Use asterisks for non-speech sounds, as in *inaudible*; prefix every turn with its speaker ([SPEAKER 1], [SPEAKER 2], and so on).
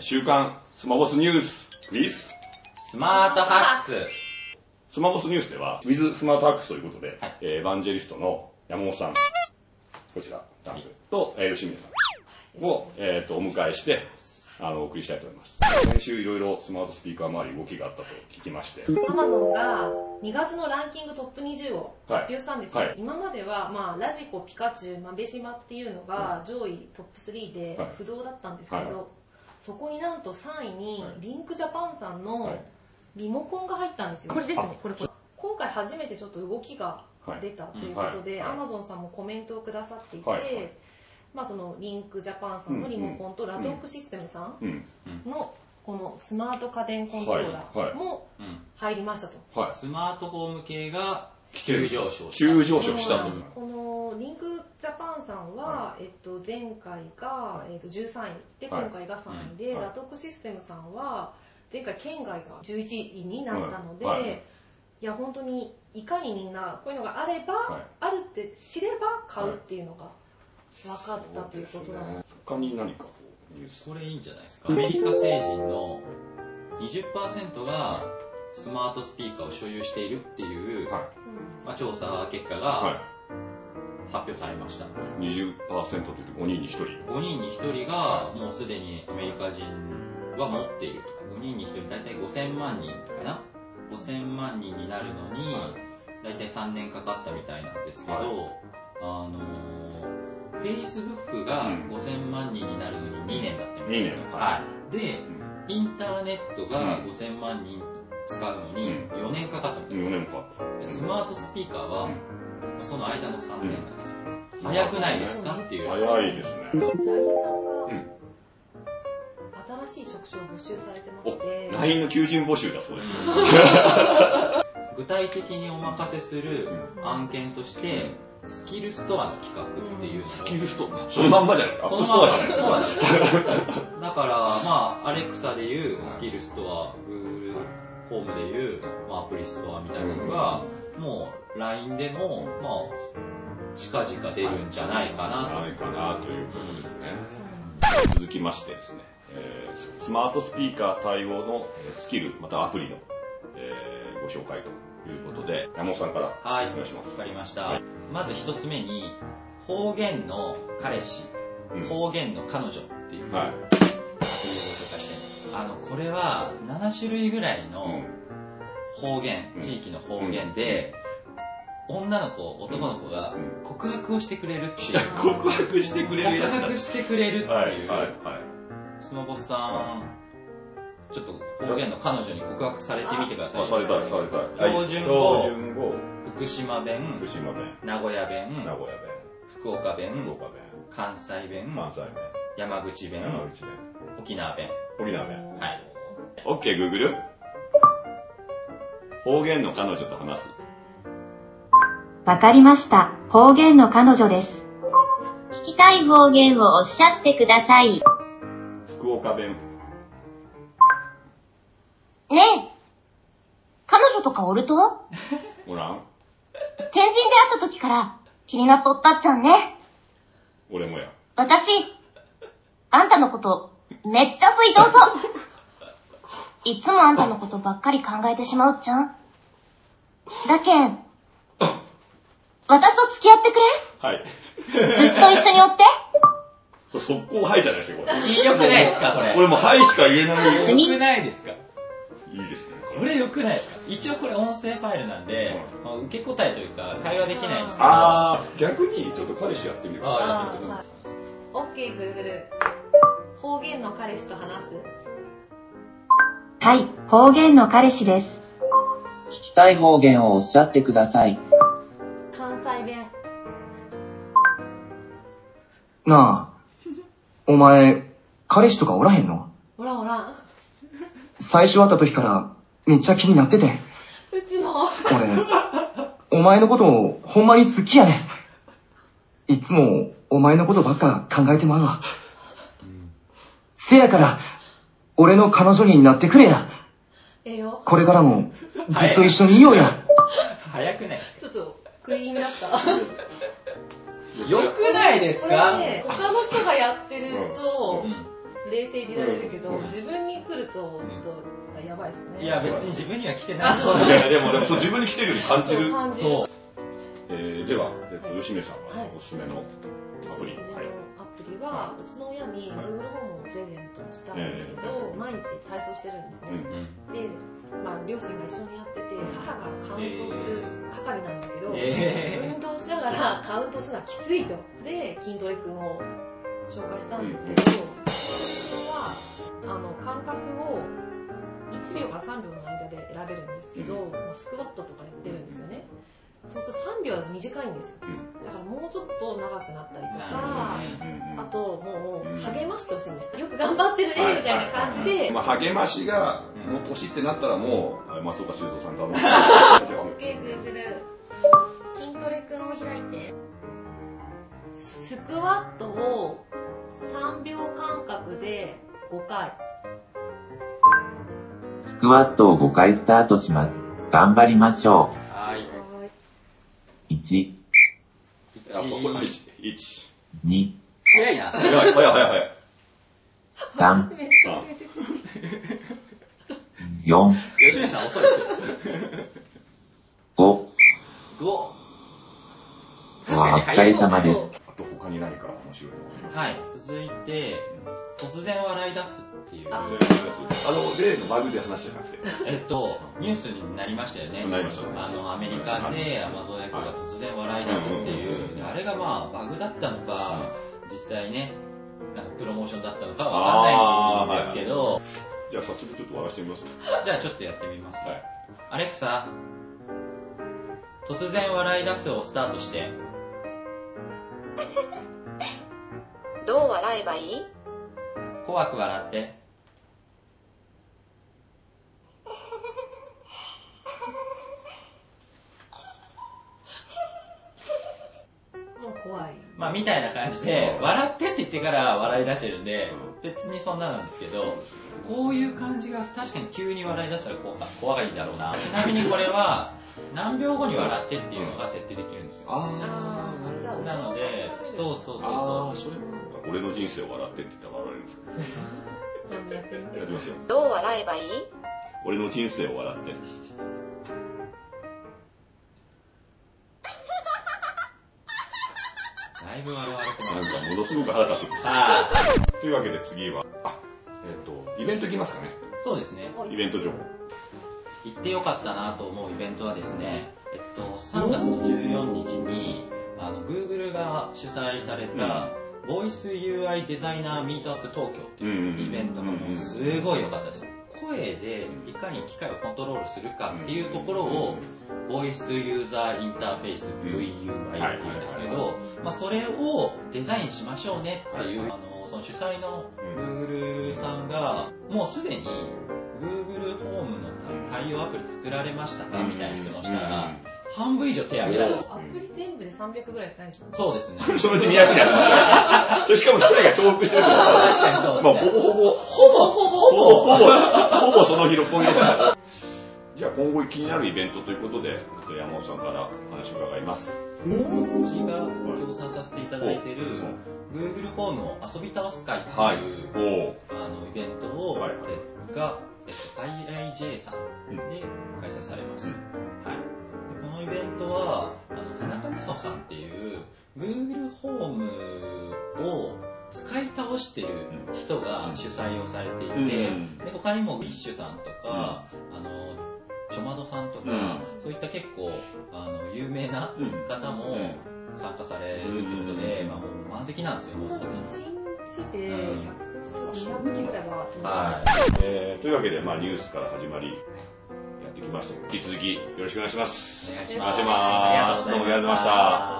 [SPEAKER 1] 週刊スマボスニュース、with
[SPEAKER 2] スマートハックス。
[SPEAKER 1] スマボスニュースでは、with スマートハックスということで、
[SPEAKER 2] はい
[SPEAKER 1] えーエヴァンジェリストの山本さん、こちら、ダンスと、えー、吉宮さんを、えー、とお迎えして、あの、お送りしたいと思います。先週いろいろスマートスピーカー周り動きがあったと聞きまして、
[SPEAKER 3] アマゾンが2月のランキングトップ20を発表したんですよ、
[SPEAKER 1] はいはい
[SPEAKER 3] 今までは、まあ、ラジコ、ピカチュウ、豆島っていうのが上位トップ3で
[SPEAKER 1] はい
[SPEAKER 3] 不動だったんですけど、
[SPEAKER 1] はい
[SPEAKER 3] そこになんと3位に
[SPEAKER 1] はい
[SPEAKER 3] リンクジャパンさん
[SPEAKER 1] は
[SPEAKER 3] の
[SPEAKER 1] い
[SPEAKER 3] リモコンが入ったんですよ、
[SPEAKER 4] これですね、これこれ。
[SPEAKER 3] 今回初めてちょっと動きが
[SPEAKER 1] はい
[SPEAKER 3] 出たということで、
[SPEAKER 1] はい
[SPEAKER 3] アマゾンさんもコメントをくださっていて、
[SPEAKER 1] はいはい
[SPEAKER 3] まあ、そのリンクジャパンさんのリモコンとラトークシステムさん
[SPEAKER 1] うん、
[SPEAKER 3] のこのスマート家電コントローラーも
[SPEAKER 2] うん。
[SPEAKER 3] 入りましたと。
[SPEAKER 1] はい。
[SPEAKER 2] スマートフォーム系が
[SPEAKER 1] 聞け
[SPEAKER 2] 急
[SPEAKER 1] る
[SPEAKER 2] 上昇した。
[SPEAKER 1] 急上昇したという。
[SPEAKER 3] このリンクジャパンさんは、えっと、前回が、えっと、13位で、
[SPEAKER 1] はい
[SPEAKER 3] 今回が3位で、
[SPEAKER 1] うんはい
[SPEAKER 3] ラトックシステムさんは前回県外が11位になったので、
[SPEAKER 1] はい
[SPEAKER 3] い
[SPEAKER 1] はい
[SPEAKER 3] や本当にいかにみんなこういうのがあれば、
[SPEAKER 1] はい
[SPEAKER 3] あるって知れば買うっていうのが分かったということなので。
[SPEAKER 1] 他に何かこうニュース。
[SPEAKER 2] これいいんじゃないですか。アメリカ成人の20%がスマートスピーカーを所有しているっていう、
[SPEAKER 1] は
[SPEAKER 3] そうなんです
[SPEAKER 2] まあ、調査結果
[SPEAKER 1] い。
[SPEAKER 2] が
[SPEAKER 1] は
[SPEAKER 2] 発表されました。
[SPEAKER 1] い。20%というと5人に1人。
[SPEAKER 2] 5人に1人がもうすでにアメリカ人は持っていると5人に1人大体5000万人かな5000万人になるのに
[SPEAKER 1] は
[SPEAKER 2] 大体3年かかったみたいなんですけど、
[SPEAKER 1] はい
[SPEAKER 2] あのー Facebook が
[SPEAKER 1] うん
[SPEAKER 2] 5000万人になるのに2年だったみたいですよ
[SPEAKER 1] 二年
[SPEAKER 2] はい、でインターネットが
[SPEAKER 1] うん
[SPEAKER 2] 5000万人使うの
[SPEAKER 1] う
[SPEAKER 2] に
[SPEAKER 1] ん
[SPEAKER 2] 4年かかったみたい
[SPEAKER 1] 4年かかっ
[SPEAKER 2] です、
[SPEAKER 1] た。
[SPEAKER 2] スマートスピーカー
[SPEAKER 1] う
[SPEAKER 2] は
[SPEAKER 1] ん
[SPEAKER 2] その間の3年なんですよ、
[SPEAKER 1] ん
[SPEAKER 2] 早くないですかっていう
[SPEAKER 1] 早いですね。
[SPEAKER 3] LINE さ
[SPEAKER 1] うんん。
[SPEAKER 3] が新しい職種を募集されてま
[SPEAKER 1] お、
[SPEAKER 3] して、
[SPEAKER 1] LINE の求人募集だそうです。 *laughs*
[SPEAKER 2] 具体的にお任せする案件として、スキルストアの企画っていうのを、
[SPEAKER 1] スキルストア。そのまんまじゃないですか。アッ
[SPEAKER 2] そ
[SPEAKER 1] プ
[SPEAKER 2] の
[SPEAKER 1] ストアじゃないで
[SPEAKER 2] ま
[SPEAKER 1] す
[SPEAKER 2] ま
[SPEAKER 1] か。
[SPEAKER 2] そうなんですだから、まあ、アレクサでいうスキルストア、Google ホームでいう、まあ、アプリストアみたいなのが、もう LINE でも、まあ、近々出るんじゃないかな
[SPEAKER 1] ないかなということですね。続きましてですね、えースマートスピーカー対応のえースキル、またはアプリの、えーご紹介ということで、山本さんから
[SPEAKER 2] と。はい、
[SPEAKER 1] お願いします
[SPEAKER 2] わかりました。まず一つ目に、方言の彼氏、
[SPEAKER 1] うん
[SPEAKER 2] 方言の彼女っていう。
[SPEAKER 1] はい。
[SPEAKER 2] っていうことかしてあのこれは7種類ぐらいの方言、
[SPEAKER 1] うん
[SPEAKER 2] 地域の方言で、女の子男の子が
[SPEAKER 1] う
[SPEAKER 2] 告白をしてくれるっていう
[SPEAKER 3] や告
[SPEAKER 1] 白してく
[SPEAKER 2] 告白してくれるっていう、
[SPEAKER 1] はい、はい、はい。
[SPEAKER 2] スノボスさんちょっと方言の彼女に告白されてみてくださ
[SPEAKER 1] あ、さ
[SPEAKER 2] い
[SPEAKER 1] れたい、されたい。
[SPEAKER 2] 標準語
[SPEAKER 1] 標準語、
[SPEAKER 2] 福島弁
[SPEAKER 1] 福島弁、
[SPEAKER 2] 名古屋弁
[SPEAKER 1] 名古屋弁、
[SPEAKER 2] 福岡
[SPEAKER 1] 福
[SPEAKER 2] 弁
[SPEAKER 1] 岡弁、
[SPEAKER 2] 関西弁、
[SPEAKER 1] 関西弁、
[SPEAKER 2] 山口弁
[SPEAKER 1] 山口弁、
[SPEAKER 2] 沖縄弁
[SPEAKER 1] 沖縄弁。
[SPEAKER 2] はい
[SPEAKER 1] オッケー、グーグル。方言の彼女と話す。
[SPEAKER 5] わかりました。方言の彼女です。聞きたい方言をおっしゃってください。
[SPEAKER 1] 福岡弁、
[SPEAKER 5] ねえ。彼女とかおると
[SPEAKER 1] おらん
[SPEAKER 5] 天神で会った時から気になっとったっちゃんね。
[SPEAKER 1] 俺もや。
[SPEAKER 5] 私、あんたのことめっちゃ好いとうぞ。いつもあんたのことばっかり考えてしまうっちゃん。だけん、私と付き合ってく
[SPEAKER 1] はい。
[SPEAKER 5] れ。ずっと一緒におって。
[SPEAKER 1] これ速攻はいじゃ *laughs* ないですか、これ。
[SPEAKER 2] いいよくないですかこれ
[SPEAKER 1] 俺もうはいしか言えないよ。
[SPEAKER 2] よくないですか
[SPEAKER 1] いいですね。
[SPEAKER 2] これ良くないですか一応これ音声ファイルなんで、まあ受け答えというか会話できないんですけど、
[SPEAKER 1] あー、逆にちょっと彼氏やってみる
[SPEAKER 2] あ
[SPEAKER 1] か。
[SPEAKER 2] やってみてください。
[SPEAKER 3] OK、Google。方言の彼氏と話す。
[SPEAKER 5] はい、方言の彼氏です。
[SPEAKER 6] 聞きたい方言をおっしゃってください。
[SPEAKER 3] 関西弁。
[SPEAKER 7] なあ、お前、彼氏とかおらへんの
[SPEAKER 3] おらんおらん。
[SPEAKER 7] 最初会った時からめっちゃ気になってて。
[SPEAKER 3] うちも。
[SPEAKER 7] 俺、お前のことをほんまに好きやねん。いつもお前のことばっか考えてまうわ。せやから、俺の彼女になってくれや。
[SPEAKER 3] ええよ。
[SPEAKER 7] これからもずっと一緒にいようや。
[SPEAKER 2] 早くないです
[SPEAKER 3] ちょっと、食い気味だった。
[SPEAKER 2] か良くないです
[SPEAKER 3] こ
[SPEAKER 2] か
[SPEAKER 3] れね、他の人がやってると
[SPEAKER 2] う、ん
[SPEAKER 3] 冷静にいられるけど、
[SPEAKER 1] うん
[SPEAKER 3] 自分に来るとちょっとあやばいですね
[SPEAKER 2] いや、別に自分には来てない。
[SPEAKER 3] あそうだ
[SPEAKER 1] いやいや、でも、でも、そう、自分に来てるように感じ
[SPEAKER 3] そう
[SPEAKER 1] る。
[SPEAKER 3] 感じる
[SPEAKER 2] そう。
[SPEAKER 1] えー、では、えっと、
[SPEAKER 3] はい
[SPEAKER 1] 吉見さんは
[SPEAKER 3] はい
[SPEAKER 1] おすすめのアプリ。
[SPEAKER 3] おすす
[SPEAKER 1] は
[SPEAKER 3] め
[SPEAKER 1] い
[SPEAKER 3] の。アプリは、うちの親に Google ホームをプレゼントしたんですけど、毎日体操してるんです
[SPEAKER 1] う
[SPEAKER 3] ね、
[SPEAKER 1] ん。
[SPEAKER 2] うん。
[SPEAKER 3] で、まあ、両親が一緒にやってて母がカウントする係なんだけど、
[SPEAKER 2] え
[SPEAKER 3] 運動しながらカウントするのはきついとで筋トレくんを紹介したんですけど筋トレはあの感覚を1秒から3秒の間で選べるんですけど、まあ、スクワットとかやってるんですよねそうすると3秒だと短いんですよ
[SPEAKER 1] うん
[SPEAKER 3] だからもうちょっと長くなったりと
[SPEAKER 2] なるほど
[SPEAKER 3] か、
[SPEAKER 2] ね
[SPEAKER 1] うん
[SPEAKER 3] あとも
[SPEAKER 1] うん
[SPEAKER 3] う励ましてほしいんですよく頑張ってるねみたいな感じ
[SPEAKER 1] はは
[SPEAKER 3] で
[SPEAKER 1] まあ、励ましが、
[SPEAKER 2] うん
[SPEAKER 1] の年ってなったらもう、あ松岡修造さん
[SPEAKER 3] *laughs*
[SPEAKER 1] 頼む。
[SPEAKER 3] で Google 筋トレくんを開いてスクワットを3秒間隔で5回
[SPEAKER 6] スクワットを5回スタートします。頑張りましょ
[SPEAKER 2] はいう
[SPEAKER 6] う。1、
[SPEAKER 2] 一。
[SPEAKER 1] あ、ここ、1、1。
[SPEAKER 6] 2、
[SPEAKER 2] 早いな。
[SPEAKER 1] 早い、早い、早い。
[SPEAKER 3] *laughs*
[SPEAKER 6] 3、
[SPEAKER 3] めっちゃ
[SPEAKER 1] さ
[SPEAKER 6] 4、
[SPEAKER 2] 吉見さん遅いですよ。
[SPEAKER 6] 5。
[SPEAKER 2] 5。お
[SPEAKER 6] お疲れ様です。
[SPEAKER 1] あと他に何か面白いの
[SPEAKER 2] はい。続いて、突然笑い出すっていう。
[SPEAKER 3] あ
[SPEAKER 1] あの、例のバグで話じゃなくて。
[SPEAKER 2] えっと、ニュースになりましたよね。
[SPEAKER 1] なりました
[SPEAKER 2] あの、アメリカでアマゾンエコが突然笑い出すって
[SPEAKER 1] はい
[SPEAKER 2] いう、であれがまあ、バグだったのか、実際ね、なんかプロモーションだったのかわかんないんですけど、
[SPEAKER 1] じゃあ早速ちょっと笑わしてみます。
[SPEAKER 2] じゃあちょっとやってみます。
[SPEAKER 1] はい。
[SPEAKER 2] アレクサ、突然笑い出すをスタートして、
[SPEAKER 4] *laughs* どう笑えばいい
[SPEAKER 2] 怖く笑って。
[SPEAKER 3] もう怖い
[SPEAKER 2] まあ、みたいな感じで、笑ってって言ってから笑い出してるんで、別にそんななんですけど、こういう感じが確かに急に笑い出したら怖か怖がりだろうな。ちなみにこれ *laughs* は、何秒後に笑ってっていうのが設定できるんですよ。
[SPEAKER 1] あ
[SPEAKER 3] ーじゃあ
[SPEAKER 2] なので、そうそうそうそ
[SPEAKER 1] あー、それもなんか俺の人生を笑ってって言ったら笑われるんですけ
[SPEAKER 3] でもやってみて
[SPEAKER 1] ど。やってみますよ。
[SPEAKER 4] どう笑えばいい
[SPEAKER 1] 俺の人生を笑って。
[SPEAKER 2] う。だいぶ笑われてま
[SPEAKER 1] なん
[SPEAKER 2] す。
[SPEAKER 1] かものすごく腹立つんですよ
[SPEAKER 2] さあ、
[SPEAKER 1] というわけで次は、あ、えっ、と、イベント行きますかね。
[SPEAKER 2] そうですね。
[SPEAKER 1] イベント情報。
[SPEAKER 2] 行ってよかったなと思うイベントはですね、えっと、3月14日に、あの、Google が主催された、ボイス UI デザイナーミートアップ東京っていうイベントがもうすごい良かったです。声でいかに機械をコントロールするかっていうところを、ボイスユーザーインターフェース VUI っていうんですけ
[SPEAKER 1] はいはい
[SPEAKER 2] ど、まあそれをデザインしましょうねっていう、あの、その主催の Google さんが、もうすでに Google ホームの対応アプリ作られましたかみたいな質問した
[SPEAKER 1] う
[SPEAKER 2] ら
[SPEAKER 1] ん、
[SPEAKER 2] 半分以上手挙げたんですよ
[SPEAKER 3] アプリ全部で300ぐらいしかないんですよ
[SPEAKER 2] そうですね。
[SPEAKER 1] そのうち200人集まってる。それしかも一人が重複してるから。
[SPEAKER 2] 確かにそうです
[SPEAKER 1] まあ、
[SPEAKER 2] ね。
[SPEAKER 1] ほぼほぼ、
[SPEAKER 2] ほぼほぼ
[SPEAKER 1] ほぼほぼ、ほぼその日六本木ですから。じゃあ今後気になるイベントということで、ちょっと山本さんからお話を伺います。
[SPEAKER 2] うちが協賛させていただいてる Google ホームを遊び倒す会っていう、
[SPEAKER 1] はい。おう
[SPEAKER 2] あのイベントを、
[SPEAKER 1] はい
[SPEAKER 2] えが、えっと、IIJ さん
[SPEAKER 1] うん
[SPEAKER 2] で開催されます、
[SPEAKER 1] うん
[SPEAKER 2] はい、でこのイベントはあの田中美穂さんっていう Google ホームを使い倒してる人が主催をされていて、
[SPEAKER 1] うん
[SPEAKER 2] で他にもウィッシュさんとか、あのちょまどさんとか、
[SPEAKER 1] うん
[SPEAKER 2] そういった結構あの有名な
[SPEAKER 1] うん
[SPEAKER 2] 方も参加されるということで、
[SPEAKER 1] うん
[SPEAKER 2] まあ、もう満席なんですよ、もう
[SPEAKER 3] なん
[SPEAKER 2] そ
[SPEAKER 3] か
[SPEAKER 2] れ
[SPEAKER 3] 1日で
[SPEAKER 2] うん
[SPEAKER 3] 100、200人ぐらいは飛んで
[SPEAKER 2] は
[SPEAKER 3] ま
[SPEAKER 2] い
[SPEAKER 1] えーというわけで、まあ、ニュースから始まり、やってきましたけど、引き続きよろしくお願いします。
[SPEAKER 2] お願いし
[SPEAKER 3] ます
[SPEAKER 1] お願いしま
[SPEAKER 2] ありがとう
[SPEAKER 1] す。
[SPEAKER 2] ご
[SPEAKER 1] どう
[SPEAKER 2] ざい
[SPEAKER 1] もあ
[SPEAKER 2] ました
[SPEAKER 1] りがとうございました。